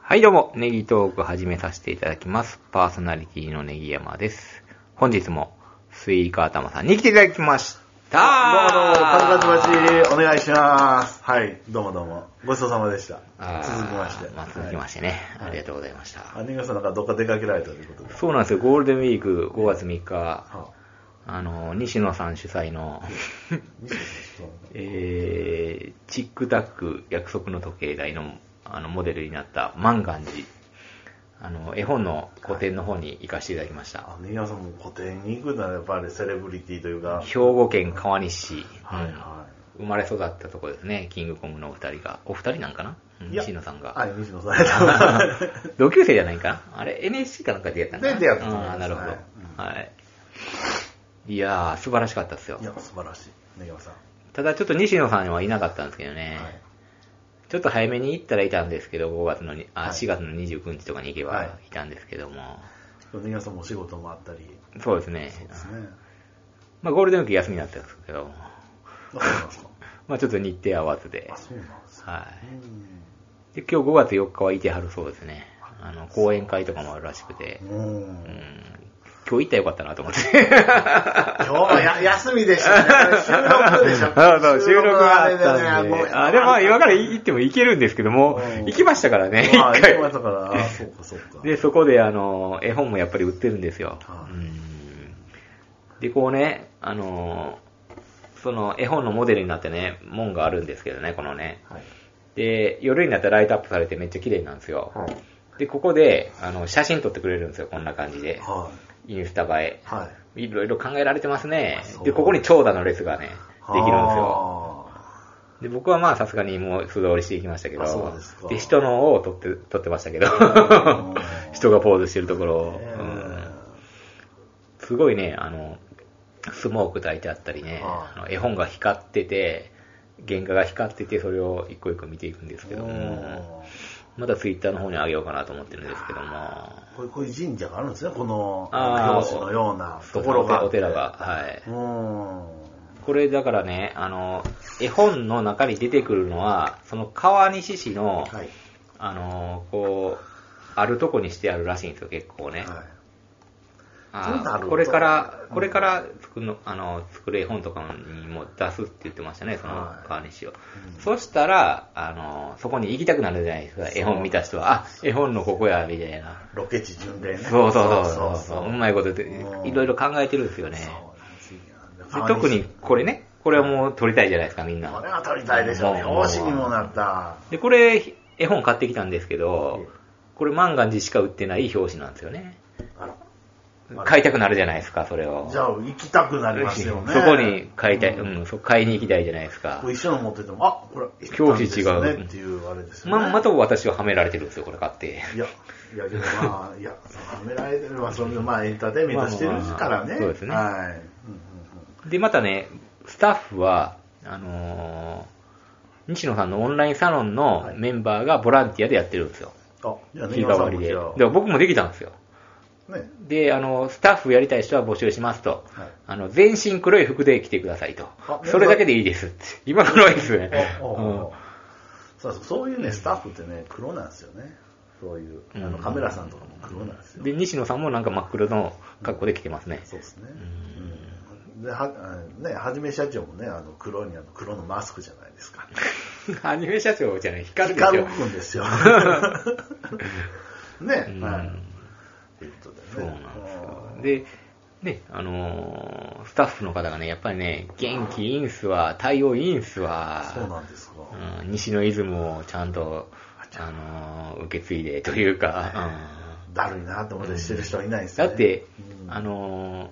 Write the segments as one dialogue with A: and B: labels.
A: はい、どうも、ネギトーク始めさせていただきます。パーソナリティのネギ山です。本日も、スイカ頭さんに来ていただきました
B: どうもどうも、カズカズバチお願いします。はい、どうもどうも。ごちそうさまでした。
A: あー
B: 続きまして。
A: あ続きましてね、
B: はい
A: ありがとうございました。
B: はい。アニメさんなんかどっか出かけられたということで。
A: そうなんですよ、ゴールデンウィーク5月3日、
B: は
A: あの、西野さん主催 の、えー、チックタック約束の時計台の、あの、モデルになった万願寺。あの、絵本の古典の方に行かせていただきました。
B: あ、ネギさんも古典に行くならやっぱりセレブリティというか。
A: 兵庫県川西市。
B: はい
A: うん
B: は。
A: 生まれ育ったとこですね、キングコングのお二人が。お二人なんかないうん
B: いや
A: 西野さんが。
B: はい、西野さん。
A: 同級生じゃないかなあれ、NHC かなんかでやったんかな
B: で出会ったと思います
A: ああ、なるほど。
B: は
A: はいい。いやー、素晴らしかったですよ
B: い。や、素晴らしい。ネギさん。
A: ただちょっと西野さんはいなかったんですけどね。
B: はい
A: ちょっと早めに行ったらいたんですけど、5月のに、あ、
B: はい
A: 4月の29日とかに行け
B: は
A: ば
B: い
A: いたんですけども。
B: ネギさんもお仕事もあったり。
A: そうですね。
B: ですね。
A: まあ、ゴールデンウィーク休みだったんですけど、
B: あそうなんですか。
A: まあ、ちょっと日程合わせで
B: あ、。そうなんですか。
A: は
B: うん
A: い。で、今日5月4日はいてはるそうですね。あの、講演会とかもあるらしくて。
B: うん
A: うん今日行ったらよかったな と思って。
B: 今日はや休みでしたね。収録 でしょ。
A: 収録があったん
B: 収録があれね
A: で。
B: ごめ
A: あ、でもまあ今から行っても行けるんですけども
B: うん、
A: 行きましたからね、
B: ああ、
A: 一
B: 行き
A: 回。
B: ましたから、あそうかそうか。
A: で、そこであの、絵本もやっぱり売ってるんですよ。
B: は
A: う
B: い
A: んで、こうね、あの、その絵本のモデルになってね、門があるんですけどね、このね。
B: はい。
A: で、夜になったらライトアップされてめっちゃ綺麗なんですよ。
B: はい。
A: で、ここで、あの、写真撮ってくれるんですよ、こんな感じで。
B: は
A: インスタ映え
B: い。。はい。で
A: いろいろ考えられてますね
B: そ。う
A: で、ここに長蛇の列がね、できるんですよ。で、僕はまあさすがにもう素通りしていきましたけど、
B: あそうですか
A: 人のを撮って、撮ってましたけど、 人がポーズしてるところを、うんすごいね、あの、スモーク炊いてあったりね、
B: はい
A: あの絵本が光ってて、原画が光ってて、それを一個一個見ていくんですけども、またツイッターの方にあげようかなと思ってるんですけども、
B: こういうこういう神社があるんですね、この
A: あー
B: 表紙のようなところが。
A: お寺が、はい。
B: うん。
A: これだからね、あの、絵本の中に出てくるのは、その川西市の、
B: はい。
A: あの、こう、あるとこにしてあるらしいんですよ、結構ね。
B: はいそんな
A: あ
B: ある
A: これから
B: うん、
A: これから作るの、あの、作る絵本とかにも出すって言ってましたね、その
B: はい
A: 川西を。
B: うん
A: そしたら、あの、そこに行きたくなるじゃないですか、絵本見た人は。あ、絵本のここや、みたいな。
B: ロケ地巡礼ね。
A: そうそうそうそうそう。う
B: そう
A: まいことで、
B: うん
A: いろいろ考えてるんですよね。
B: そ
A: で
B: う
A: 特にこれね、これはもう撮りたいじゃないですか、みんな。
B: これは撮りたいでしょうね。
A: もう
B: 表紙にもなった。
A: で、これ、絵本買ってきたんですけど、これ万願寺しか売ってない表紙なんですよね。
B: あらあら
A: 買いたくなるじゃないですか、それを。
B: じゃあ、行きたくなりますよね。
A: そこに買いたい、
B: うん
A: うん、そ買いに行きたいじゃないですか
B: これ。一緒の持ってても、あ、これ、
A: 表紙違う
B: ねっていうあれですよね。
A: まんまと私ははめられてるんですよ、これ買って。
B: いや、いや、でもまあ、いや、はめられてる、まあ、それでまあ、エンターテインメントしてるから
A: まあまあま
B: ね。
A: あそうですね
B: はい。うんうん
A: で、またね、スタッフは、あのー西野さんのオンラインサロンのメンバーがボランティアでやってるんですよ。
B: うん。あ、じゃあね、
A: 日
B: 今
A: 替
B: さ
A: わ
B: ん
A: り
B: も
A: で。
B: じ
A: だ
B: ゃ
A: から僕もできたんですよ。
B: あ、ね。
A: で、あの、スタッフやりたい人は募集しますと。
B: はい
A: あの、全身黒い服で来てくださいと
B: あ。
A: それだけでいいですって。今黒いですね。
B: おお
A: うん
B: おそうそうそういうね、スタッフってね、黒なんですよね。そういう、あ
A: うん
B: の、カメラさんとかも黒なんですよ。
A: で、西野さんもなんか真っ黒の格好で来てますね。
B: そうですね。うん。で、は、あね、はじめ社長もね、あの、黒に、あの、黒のマスクじゃないで すか。
A: アニメ社長じゃない、光るんです
B: 光る
A: よ。
B: んですよ。ね、
A: うん
B: はい。ということでね。
A: そうなんですよ。で、ね、あのースタッフの方がね、やっぱりね、元気いいんすわ、対応いいんすわ。
B: そうなんですか。
A: うん西野イズムをちゃんと、あのー受け継いでというか、うん
B: だるいなと思ってしてる人はいないです
A: だ
B: ね。
A: って、
B: うん
A: あのー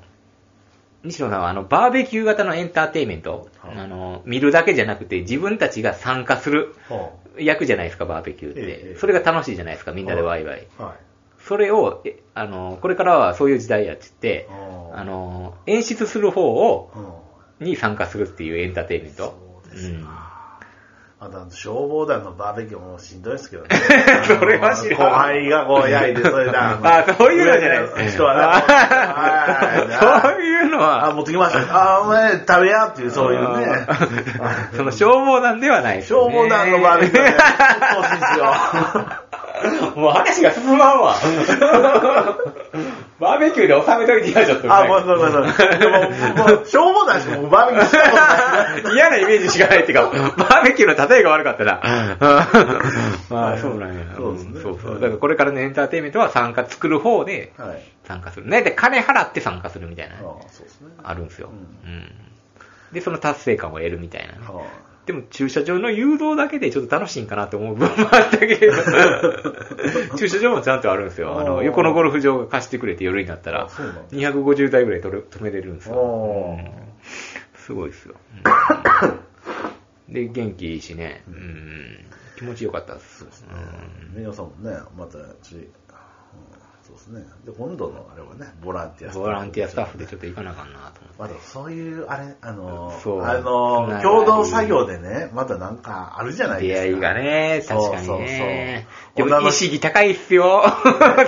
A: 西野さんはあのバーベキュー型のエンターテインメント、
B: はい
A: あのー見るだけじゃなくて自分たちが参加する
B: は
A: 役じゃないですか、バーベキューって。
B: ええええ
A: それが楽しいじゃないですか、みんなでワイワイ。
B: あはい。
A: それを、えあのーこれからはそういう時代やって言って、
B: あー
A: あのー演出する方を、
B: うん
A: に参加するっていうエンターテインメント。
B: そうです
A: うん
B: あとあの消防団のバーベキューもしんどいですけどね。
A: それは知らん
B: あの後輩がこう焼いて、それで の
A: あそういうのじゃないです
B: 人 はね
A: そ
B: は
A: う
B: い。
A: いうの
B: あ、
A: は、
B: 持ってきました。あ、お前食べやっていう、そういうね。
A: その消防団ではないですね
B: 消防団のバーベキューね、鬱陶しいです よ。
A: もう話が進まんわ。 バーベキューで収めといてや、ちょっと。
B: あ、もうそうそうそう。でも、もう、しょうもないし、もうバーベキューしたことないしね。
A: 嫌なイメージしかないっていうか、バーベキューの例えが悪かったな。 まあ、そうなんや。
B: そうですね
A: んそうそう。だからこれからのエンターテインメントは参加、作る方で
B: はい。
A: 参加する。ね。で、金払って参加するみたい
B: あ
A: な、
B: あ、そうですね。
A: あるんですよ。
B: う
A: うん。で、その達成感を得るみたいなね。
B: は
A: でも駐車場の誘導だけでちょっと楽しいんかなって思う部分もあったけ ど、駐車場もちゃんとあるんですよ。あ
B: あ
A: の、
B: ー
A: 横のゴルフ場が貸してくれて夜になった
B: あ
A: ら
B: そうなんだ、
A: 250台ぐらい止め止めれるんですよ
B: お。ー
A: うんすごいですよ。うんで、元気いいしね、うん、気持ちよかったです。うん
B: い。皆さんもね、またし、うんそうですね。で、今度のあれはね、ボランティアスタッフ
A: ボランティアスタッフでちょっと行かなあかんなと思って。
B: まだそういう、あれ、あの
A: そう、つ
B: あ
A: なが
B: の、
A: り
B: 共同作業でね、まだなんかあるじゃないで
A: 出
B: すか。
A: 会いがね、
B: そう
A: 確かにね。
B: そうそう
A: でも意識高いっす よ。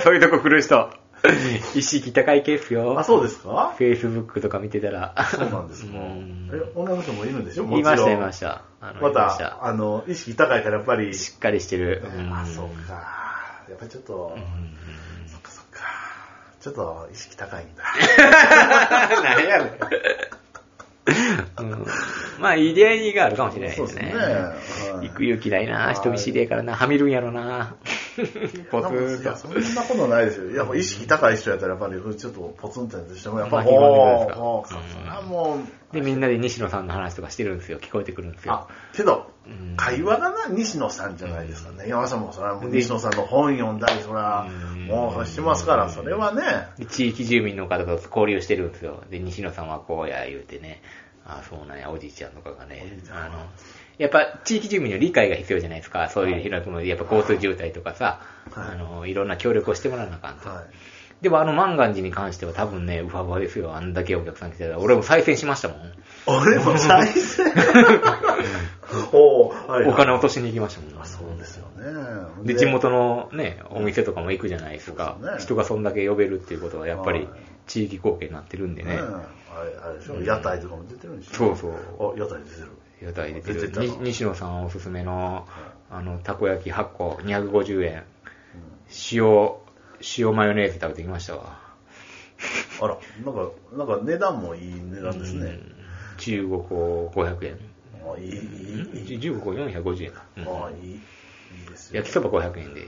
A: そういうとこ来る人。 意識高い系っすよ。
B: あ、そうですか
A: Facebook とか見てたら。
B: そうなんですか。
A: うん
B: え、女の人もいるんでしょも
A: 言いま
B: ちろん。
A: した、言いました。あの
B: ま
A: 言いました
B: た、あの、意識高いからやっぱり、
A: しっかりしてる。うん
B: あ、そうか。やっぱりちょっと、
A: うん
B: そっかそっか。ちょっと意識高いんだ。
A: 何やろ。うんまあ、いい出会いがあるかもしれない
B: そう
A: で
B: ですすね。
A: ね。
B: はい
A: 行く勇気ないな、人見知りやからな、はみるんやろな。ポツンと
B: いや、。そんなことないですよ。いや、もう意識高い人やったら、やっぱり、ちょっとポツンとしても、やっぱ、
A: 巻き込んでくるんですか
B: おーおーそうそれはもう、
A: で、みんなで西野さんの話とかしてるんですよ。聞こえてくるんですよ
B: あ。、けど
A: うん、
B: 会話がな、西野さんじゃないですかね。山田さんも、それはもう
A: で
B: 西野さんの本読んだり、それは
A: うん、
B: もうしてますから、それはね、
A: で地域住民の方と交流してるんですよ。で、西野さんはこうや言うてね、あそうなんや、おじいちゃんとかがね、あの、やっぱ地域住民の理解が必要じゃないですか、そういう開くので、やっぱ交通渋滞とかさ、
B: はい
A: あの、いろんな協力をしてもらわなあかんと。
B: は
A: でもあの万願寺に関しては多分ね、うわうわですよ、あんだけお客さん来てたら、俺も再選しましたもん。
B: い。俺も再生 おーはい
A: お金落としに行きましたもん。
B: あそうですよね。
A: で、地元のね、お店とかも行くじゃないですか
B: そうです。ね
A: 人がそんだけ呼べるっていうことは、やっぱ
B: は
A: り
B: い
A: 地域貢献になってるんで
B: で
A: ね
B: ね。。あれ、あれでしょ、屋台とかも出てるんでしょ。
A: そうそう。
B: あ、屋台出てる。
A: 屋台出て
B: 出
A: る
B: てたの
A: に西野さんおすすめのあのたこ焼き8個250円塩塩マヨネーズ食べてきましたわ
B: あら、なんか、なんか値段もいい値段ですね。
A: 15個500円
B: あ、いい、いい、いい。
A: 15個450円か、うん
B: あ、いい、いいですよ
A: 焼。きそば500円で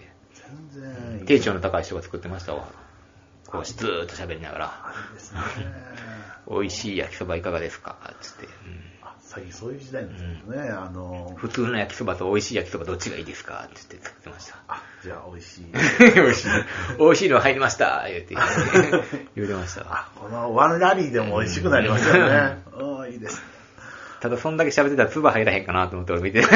B: 全然いい。
A: 定調の高い人が作ってましたわこうしずーっと喋りながら
B: いいですね。
A: 「美味しい焼きそばいかがですか?」っつって、うん
B: あ、最近そういう時代なんですね。あの、
A: 普通の焼きそばと美味しい焼きそばどっちがいいですか?」って言って作ってま した
B: あ、じゃあ美味しい。
A: 美味しい。美味しいの入りました言う て、言うてました。
B: あ、このワンラリーでも美味しくなりますよね。うん、いいです。
A: ただそんだけ喋ってたら唾入らへんかなと思って俺見 て。めっち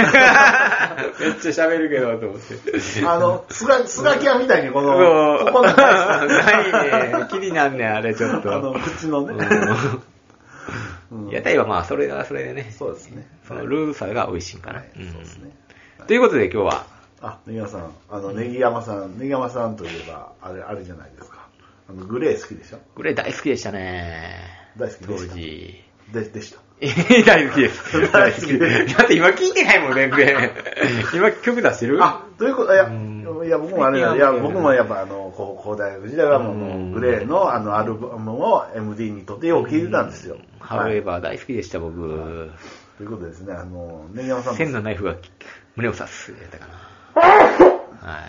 A: ゃ喋るけどと思って。
B: あの、すが、すがき屋みたいにこの、
A: もう
B: ここの返し
A: ないね。気になんねん、あれちょっ
B: あの、
A: と。
B: 口のね。
A: うん屋台はまあ、それがそれでね。
B: そうですね。
A: そのルールさが美味しいんかな。うん
B: そうですね。
A: ということで今日は、
B: あ、ネギヤマさん、あの、ネギヤマさん、ネギヤマさんといえば、あれ、あれじゃないですか。あの、グレー好きでしょ
A: これ大好きでしたね。
B: 大好きでした
A: 当時。
B: で、でした。
A: 大好きです。
B: 大好きです
A: だって今聞いてないもん、全 然。今曲出してる
B: あ、ということ、いや、
A: ん
B: いや、僕もあれだ、いや、僕もやっぱ、あの、こう高大学時代はもう、
A: うん
B: グレーの、あの、アルバムを MD にとってよく聞いてたんですよ。
A: ハロ
B: い
A: エ。バー大好きでした、僕。
B: ということですね、あの、ネギヤマさん
A: 千
B: も
A: のナイフが胸を刺す、やったかな。 はい。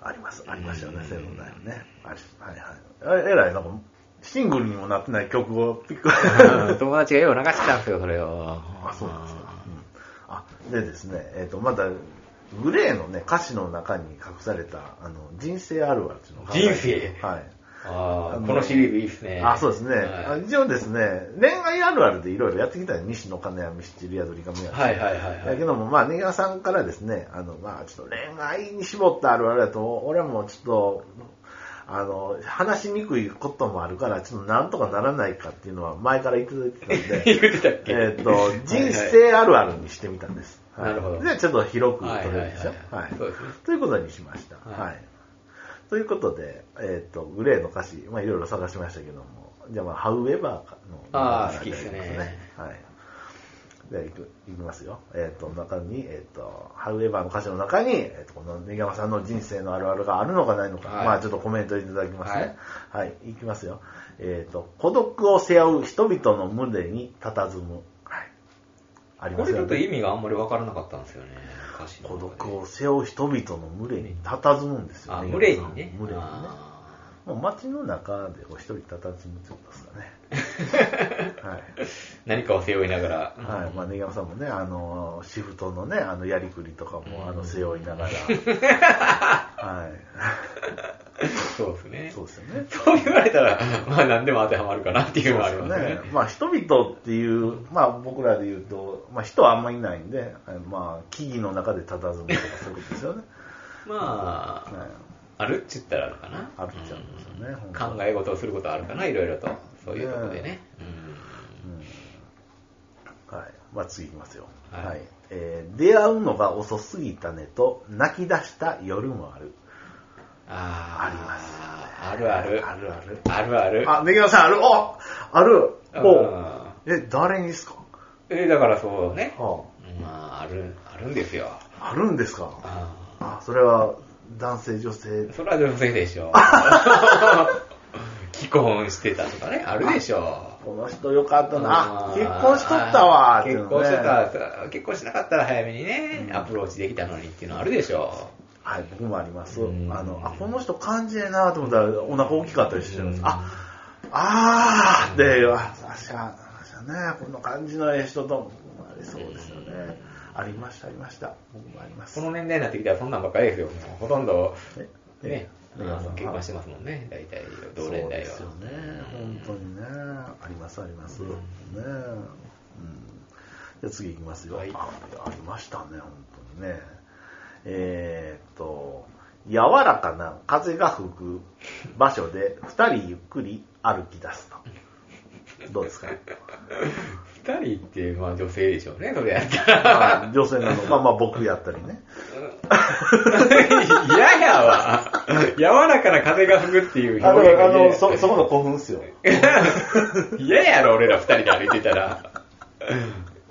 B: あります、ありましたよね、千のナイフね。ありはいはい。ええらい、なんか、シングルにもなってない曲を ピック
A: 友達がよう流してたんですよ、それを。
B: あ、そうなんですか。うんあ、でですね、えっ、と、また、グレーのね、歌詞の中に隠された、あの、人生あるあるっていうのを考えて
A: 人生
B: はい。
A: あ
B: あ
A: ー
B: の
A: このシリーズいいですね。
B: あ、そうですね。
A: は
B: あ
A: い
B: 一応ですね、恋愛あるあるでいろいろやってきたよ西野カネやミスチリアドリカムや。
A: はいはいはいは
B: だけ
A: い。
B: ども、まあ、ネガさんからですね、あの、まあ、ちょっと恋愛に絞ったあるあるだと、俺はもうちょっと、あの、話しにくいこともあるから、ちょっとなんとかならないかっていうのは前から言ってた ん
A: 言っ
B: で、
A: てたっけ
B: えっと、人生あるあるにしてみたんで
A: は
B: す。
A: いはいなるほど
B: で、ちょっと広く取れるでしょ
A: はい。はいはい
B: はい
A: そうですね。
B: ということにしました。
A: はい
B: はい。ということで、えっ、と、グレーの歌詞、まあ、いろいろ探しましたけども、じゃあ、まあ、ハウエバーの。
A: あー好きですね
B: はい。じゃあ、いく、いきますよ。えっ、と、中に、えっ、と、ハウエバーの歌詞の中に、えっ、と、この根山さんの人生のあるあるがあるのかないのか、
A: はい
B: まあ、ちょっとコメントいただきますね。はい、い、きますよ。えっ、と、孤独を背負う人々の胸に佇む。はい。あり
A: こ
B: ま
A: れ
B: す
A: ちょ
B: よ
A: っと
B: ね。
A: 意味があんまりわからなかったんですよね、歌詞の
B: 孤
A: 中で
B: 独を背負う人々の胸に佇むんですよ
A: あ、
B: ね。
A: 群れにね。
B: 群れにね。
A: あ
B: もう街の中でお一人佇むってことですかね。 はい。
A: ー何かを背負いながら。
B: はい、まあ、根山さんもね、あの、シフトのね、あの、やりくりとか
A: うん
B: も、あの、背負い ながら。は
A: そうですね
B: い。。そうですよね。
A: そう言われたら、まあ何でも当てはまるかなっていうのはありますね。
B: まあ、人々っていう、まあ、僕らで言うと、まあ、人はあんまりいないんで、まあ、木々の中で佇むとか、そういうことですよね。
A: まあ、
B: はい。
A: あるっちゅったらあるかな。
B: あるっちゃうんですよね
A: う
B: ほ
A: ん
B: んと
A: 考え事をすることはあるかな、いろいろと。そういうとこでね。
B: うんはい。まあ、次いきますよ。
A: は
B: はいい。えー出会うのが遅すぎたねと、泣き出した夜もある。
A: ああー
B: あります
A: あるある。
B: あるある。
A: あるある。
B: あ、根木さん、あるおあるお
A: うん
B: え、誰にですか
A: え、だからそうね。
B: は
A: まあ、ある、あるんですよ。
B: あ、あるんですか
A: あ
B: あ、それは男性、女性
A: ー。それは女性で しょ。既婚してたとかね、あるでしょ。
B: この人よかったな。あ
A: あ、
B: 結婚しとったわーってい
A: 結
B: うのね
A: 婚しとったわ。結婚しなかったら早めにね、アプローチできたのにっていうのあるでしょ。
B: はい、僕もあります。
A: うん
B: あの、あ、この人感じええなと思ったらお腹大きかったりしてるんです。
A: うん
B: あ、あーで、あ、あしゃ、あしゃね、この感じのええ人と、あれそうですよね。ありました、ありました。僕もあります。
A: この年代になってきたらそんなんばっかりですよ。もうほとんど、
B: ね
A: ね、
B: ね
A: あの結婚してますもんね、大体、同年
B: そう
A: 代
B: で
A: は。
B: すよね、本当にね、ありますあります、
A: うん
B: ね、うん、じゃあ次いきますよ、
A: はい
B: あありましたね、本当にね、えーっと、柔らかな風が吹く場所で、二人ゆっくり歩き出すと、ど うですか、
A: 二人って、まあ女性でしょうね、それやった ら。
B: まあ、女性なのか、まあ、僕やったり ね、
A: 嫌やわ。柔らかな風が吹くっていう
B: あ
A: 表現が嫌や
B: のそそこの興奮ですよ、
A: 嫌やろ、俺ら二人で歩いてたら。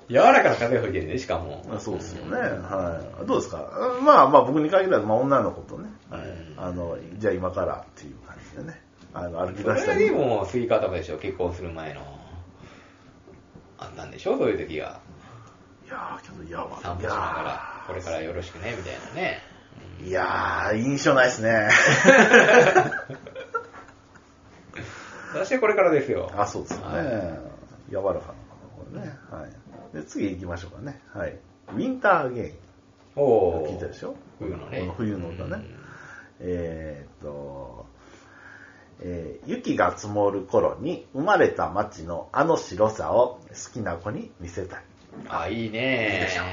A: 柔らかな風が吹いてるね、しかも。
B: あそうですよね、はい、どうですか、うんまあまあ、僕に限らず、まあ、女の子とね、はい
A: うん
B: あの、じゃあ今からっていう感じでね、あの歩き
A: そ
B: 出
A: れ
B: した
A: は
B: り、
A: でも、スイカとかでしょ、結婚する前の。あったんでしょ、そういう時が。
B: いやー、けど、いや
A: 散歩
B: ー、い
A: しなが
B: や
A: ら、これからよろしくね、みたいなね。
B: ー、いやー印象ないで すね。
A: そしてこれからですよ。
B: あ、そうですよね。
A: はい
B: 柔らかなこれね、はい。で、次行きましょうかね、はい。ウィンターゲイン、
A: おー
B: 聞いたでしょ
A: 冬のね
B: こ。冬の歌ね。えーっと、えー雪が積もる頃に生まれた町のあの白さを好きな子に見せたい。
A: うん。あ、いい
B: いい
A: ね
B: でしょ。い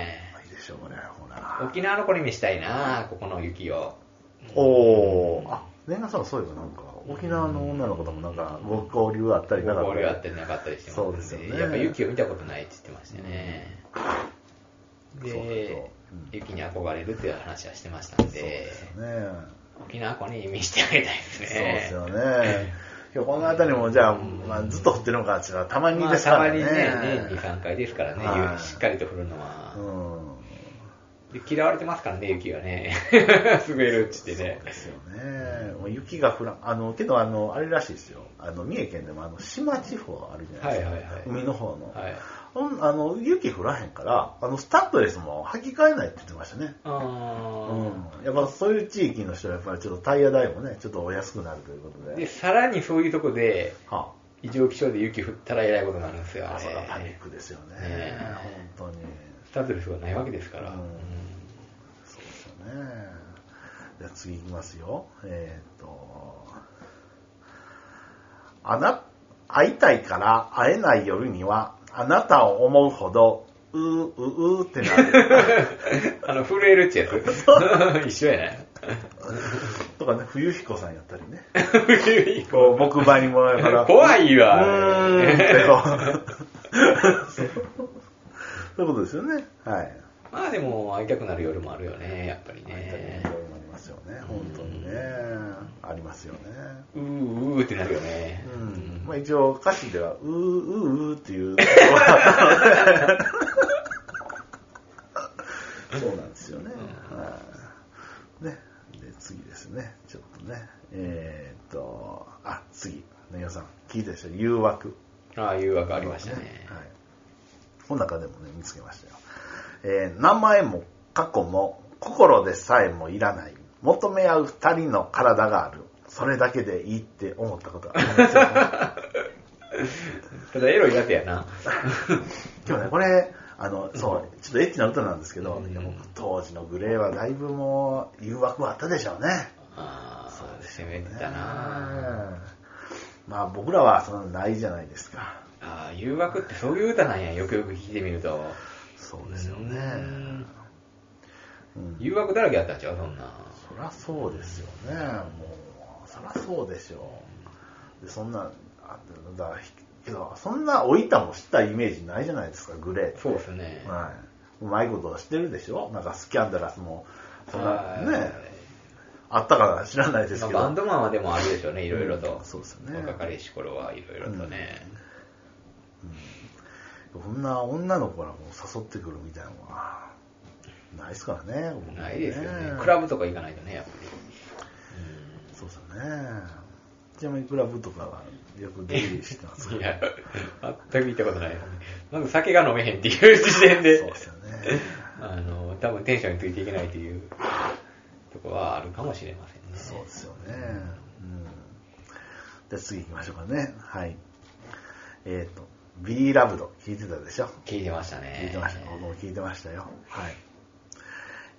B: いでしょ、これ。ほら。
A: 沖縄の子に見したいな、ここの雪を。
B: おー。あ、年賀さんはそういえばなんか、沖縄の女の子ともなんか、ご交流あったりなかった
A: 氷
B: り。
A: があったりなかったりしてますん
B: そうですよね
A: やっぱ雪を見たことないって言ってましたね。
B: うんそうそう
A: で
B: うん、
A: 雪に憧れるっていう話はしてましたん
B: そう
A: で
B: で、すよね。
A: 沖縄子に見してあげたいです
B: そう
A: ね。
B: ですよね。今日この辺りもじゃあ、まあ、ずっと降ってるのかっていうのはたまに
A: ま
B: で
A: あ、
B: す
A: た
B: か
A: ま
B: ら
A: に
B: ね。
A: ね、年に3回ですからね、
B: はい
A: しっかりと降るのは
B: う。ん。
A: で嫌われてますからね、雪はね。 滑るっつってね
B: そう。ですよね。もう雪が降らん。あの、けど、あの、あれらしいですよ。あの、三重県でも、あの、島地方あるじゃないですか。
A: はいはいはい
B: 海の方の、
A: はい。
B: ほんあの、雪降らへんから、あの、スタッドレスも履き替えないって言ってましたね。
A: あ
B: うん。やっぱそういう地域の人は、やっぱりちょっとタイヤ代もね、ちょっとお安くなるということ
A: ー
B: で。
A: で、さらにそういうとこで、
B: は
A: 異常気象で雪降ったらえらいことになるんですよ、
B: あ、
A: あ
B: あそれはパニッ
A: れ。
B: クですよね。
A: ねえ
B: 本当に。
A: スタッドレスがないわけですから。
B: うんそうですよね。じゃあ次いきますよ。えーっと、あな、会いたいから会えない夜には、あなたを思うほど、うー、うー、うーってなる。
A: あの、震えるってやつ。 一緒やな。
B: とかね、冬彦さんやったりね。
A: 冬以
B: こう、
A: 降
B: 木馬にもらから、う
A: 怖いわ。
B: ーんってこう。そういうことですよね。はい。
A: まあでも、会いたくなる夜もあるよね、やっぱり
B: 会いたくな
A: ね
B: る。夜もありますよね。本当にね。ありますよね。
A: うーうーってなるよね。
B: まあ、一応歌詞では、うーうーうーっていうのがあったのでね。で、次ですね。ちょっとね。えーっと、あ、次。ねぎさん、聞いたでしょ誘惑。
A: ああ、誘惑ありましたね。
B: はい。この中でもね、見つけましたよ。えー名前も過去も心でさえもいらない。求め合う二人の体がある。それだけでいいって思ったことがありますよ。
A: ただエロいやつや な。
B: 今日ね、これ、あの、そう、ちょっとエッチな歌なんですけど、
A: うん
B: いやもう当時のグレーはだいぶもう誘惑はあったでしょうね。
A: ああ、攻めたな。
B: まあ僕らはそんなのないじゃないですか。
A: ああ、誘惑ってそういう歌なんや。よくよく聞いてみると。
B: そうですよね。
A: うん
B: うん
A: 誘惑だらけやったんちゃうそんな。
B: そりゃそうですよね。もう、そりゃそうでしょう。で、そんな、あだからひけど、そんな老いたも知ったイメージないじゃないですか、グレーって
A: そうですね。
B: はい。うまいことしてるでしょなんかスキャンダラスも、そんな、
A: はい
B: ね、あったかな知らないです
A: まあ
B: けど。
A: バンドマンはでもあるでしょうね、いろいろと
B: う。んそうですよね
A: 若かりし頃はいろいろとね。
B: こんな女の子がもう誘ってくるみたいなのは、ないですからね。僕も
A: ないですよね。クラブとか行かないとね、やっぱり。
B: そうですよね。ちなみにクラブとかはよく出入りしてますけ
A: い
B: ど。
A: や、全く見たことないですね。まず酒が飲めへんっていう時点で
B: そう、ですよね。
A: あの、多分テンションについていけないというとこはあるかもしれませんね。
B: そうですよね。うん。で、次行きましょうかね。はい。えっ、と、B ラブド、聞いてたでしょ
A: 聞いてましたね。
B: 聞いてました。僕も聞いてましたよ。はい。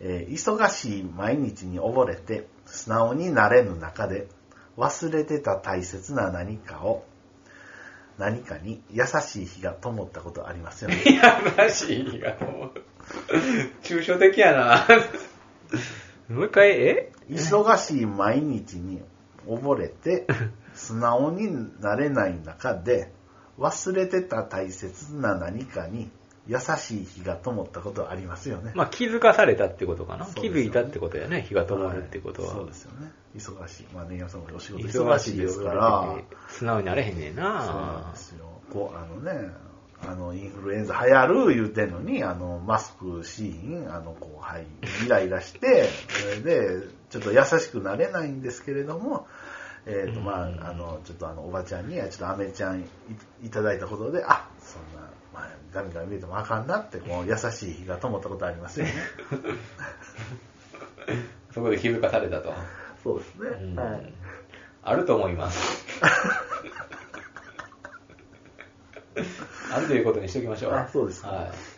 B: えー忙しい毎日に溺れて、素直になれぬ中で、忘れてた大切な何かを、何かに優しい日が灯ったことあります よね。
A: 優しいがもう、抽象的やな。もう一回、え
B: 忙しい毎日に溺れて、素直になれない中で、忘れてた大切な何かに優しい日が灯ったことありますよね。
A: まあ気づかされたってことかな。
B: そうです
A: 気
B: よ
A: づいたってことやね。日が灯るってことは。
B: そうですよね。忙しい。まあ、ね、皆さんもお仕事
A: 忙
B: 忙
A: し
B: し
A: い
B: い
A: で
B: ですす
A: か
B: からら。、
A: 素直になれへんねん
B: そうなん
A: な
B: で。すよ。こう、あのね、あの、インフルエンザ流行る言うてんのに、あの、マスクシーン、あの、こう、はい、イライラして、それで、ちょっと優しくなれないんですけれども、えっ、と、まあ、あの、ちょっとあの、おばちゃんに、ちょっとアメちゃんいいただいたことで、あ、そんな、まあ、ガミガミ見えてもあかんなって、こう、優しい日が灯ったことあり ますよね。
A: そこで気づかされたと。
B: そうですね。
A: うん
B: はい。
A: あると思います。 あるということにしておきましょう。
B: あ、そうですか。
A: は。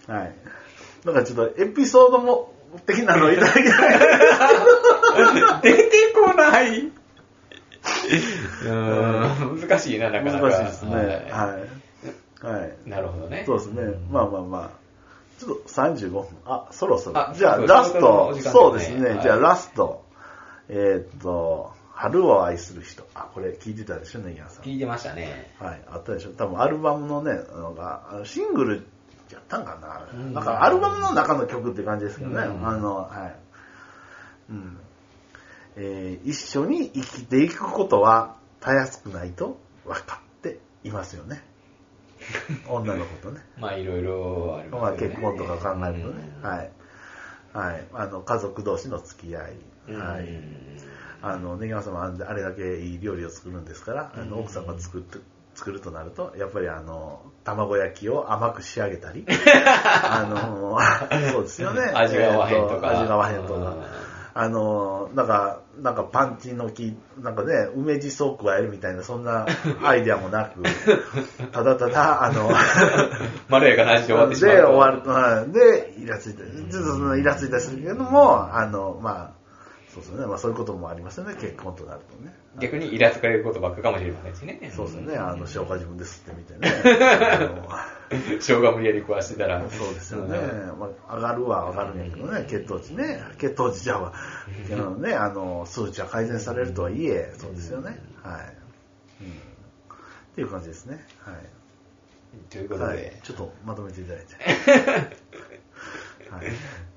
B: はいい。なんかちょっとエピソードも的なのいただけない
A: 出てこない。うーん、難しいな、なかなか。
B: 難しいですね。は。
A: はい
B: はい。
A: い。なるほどね。
B: そうですね。まあまあまあ。ちょっと35分。あ、そろそ
A: あ
B: ろ。じゃあ
A: そう
B: ラス
A: お
B: ト。
A: 時間ですね
B: そうです
A: は
B: ね
A: い。
B: じゃあラスト。えーっと、春を愛する人。あ、これ聞いてたでしょ、ネギヤさん。
A: 聞いてましたね。
B: はい、あったでしょ。多分アルバムのね、あのが、あのシングルやったんかな、あれ
A: うん
B: なんかアルバムの中の曲って感じですけどね。
A: うん
B: あの、はい。うん。えー一緒に生きていくことは、たやすくないと分かっています よね。女の子とね。
A: まあいろいろあり
B: まあ
A: ますよね。
B: 結婚とか考えるとね。
A: うん
B: はい。はい。あの、家族同士の付き合い。は
A: う
B: い。
A: ん
B: あの、ネギワさんもあんあれだけいい料理を作るんですから、あ
A: うん
B: の奥さんが作って、作るとなると、やっぱりあの、卵焼きを甘く仕上げ たり、あの、そうですよね。
A: 味が合わへんとか
B: えー味が合わへんと
A: うん
B: か。あの、なんか、なんかパンチの木、なんかね、梅じそを加えるみたいな、そんなアイデアもな く、ただただ、あの、
A: まろやかな味で終わってしまう。
B: で、終わる。と。はいで、イラついたり、ちょっとそのイラついたりするけども、あの、まあ、そうですよね。まあそういうこともありますよね、結婚となるとね。
A: 逆にイラつかれることばっかかもしれませんしね。
B: そうですよね、
A: ん
B: あの、消化自分で吸ってみて ね。
A: 生姜無理やり食わしてた
B: あ
A: ら。
B: のそうですよね
A: ん。
B: まあ、上がるは上がるんやけどね、血糖値ね。血糖値じゃあ、あのね、あの、数値は改善されるとはいえ、そうですよね。はい。うん。っていう感じですね。はい。
A: ということ
B: はい
A: で、
B: ちょっとまとめていただい て。はい。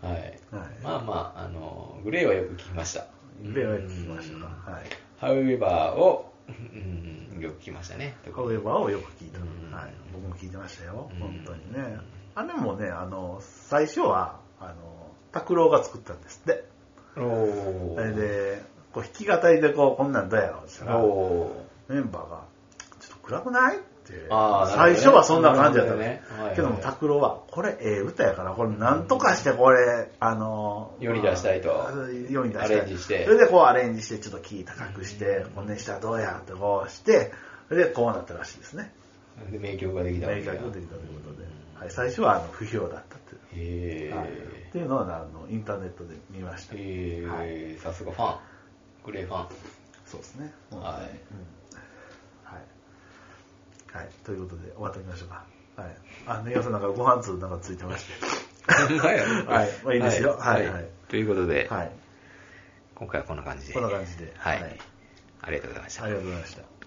A: はい。
B: はい。
A: まあまあ、あの、グレーはよく聞きました。
B: 例は聞きましたか。はい。
A: ハウエバーを、うん、よく聞きましたね。
B: ハウエバーをよく聞いた。
A: うん
B: はい。僕も聞いてましたよ
A: うん。
B: 本当にね。あれもね、あの、最初は、あの、拓郎が作ったんですって。
A: おーお
B: そ
A: ー
B: れで、こう弾き語りでこう、こんなんどうやろうって言ったら、
A: おー
B: メンバーが、ちょっと暗くないって、
A: あー
B: 最初はそんな感じだったの
A: なるほどねはいはい
B: けども、拓郎は、これええ歌やから、これなんとかしてこれ、あの、
A: 世に出したいと
B: まあ世に出したい。
A: アレンジして
B: それでこうアレンジして、ちょっとキー高くして、こんなにしたらどうやってこうして、それでこうなったらしいですね。
A: で、名曲ができたわ
B: 明
A: けだ。
B: 確にできたということで、はい、最初はあの不評だったっていう。
A: へ
B: はいっていうのはあのインターネットで見ました
A: え。へえさすがファン。グレーファン。
B: そうですね。
A: は
B: うんはい。はい。ということで、終わっておきましょうか。はい。あ、ネギさんなんかご飯通なんかついてまして。
A: い。
B: はいまあいいですよはいはい
A: ということで、
B: はい。
A: 今回はこんな感じで。
B: こんな感じで
A: はい
B: はい。
A: ありがとうございました
B: あ。りがとうございました。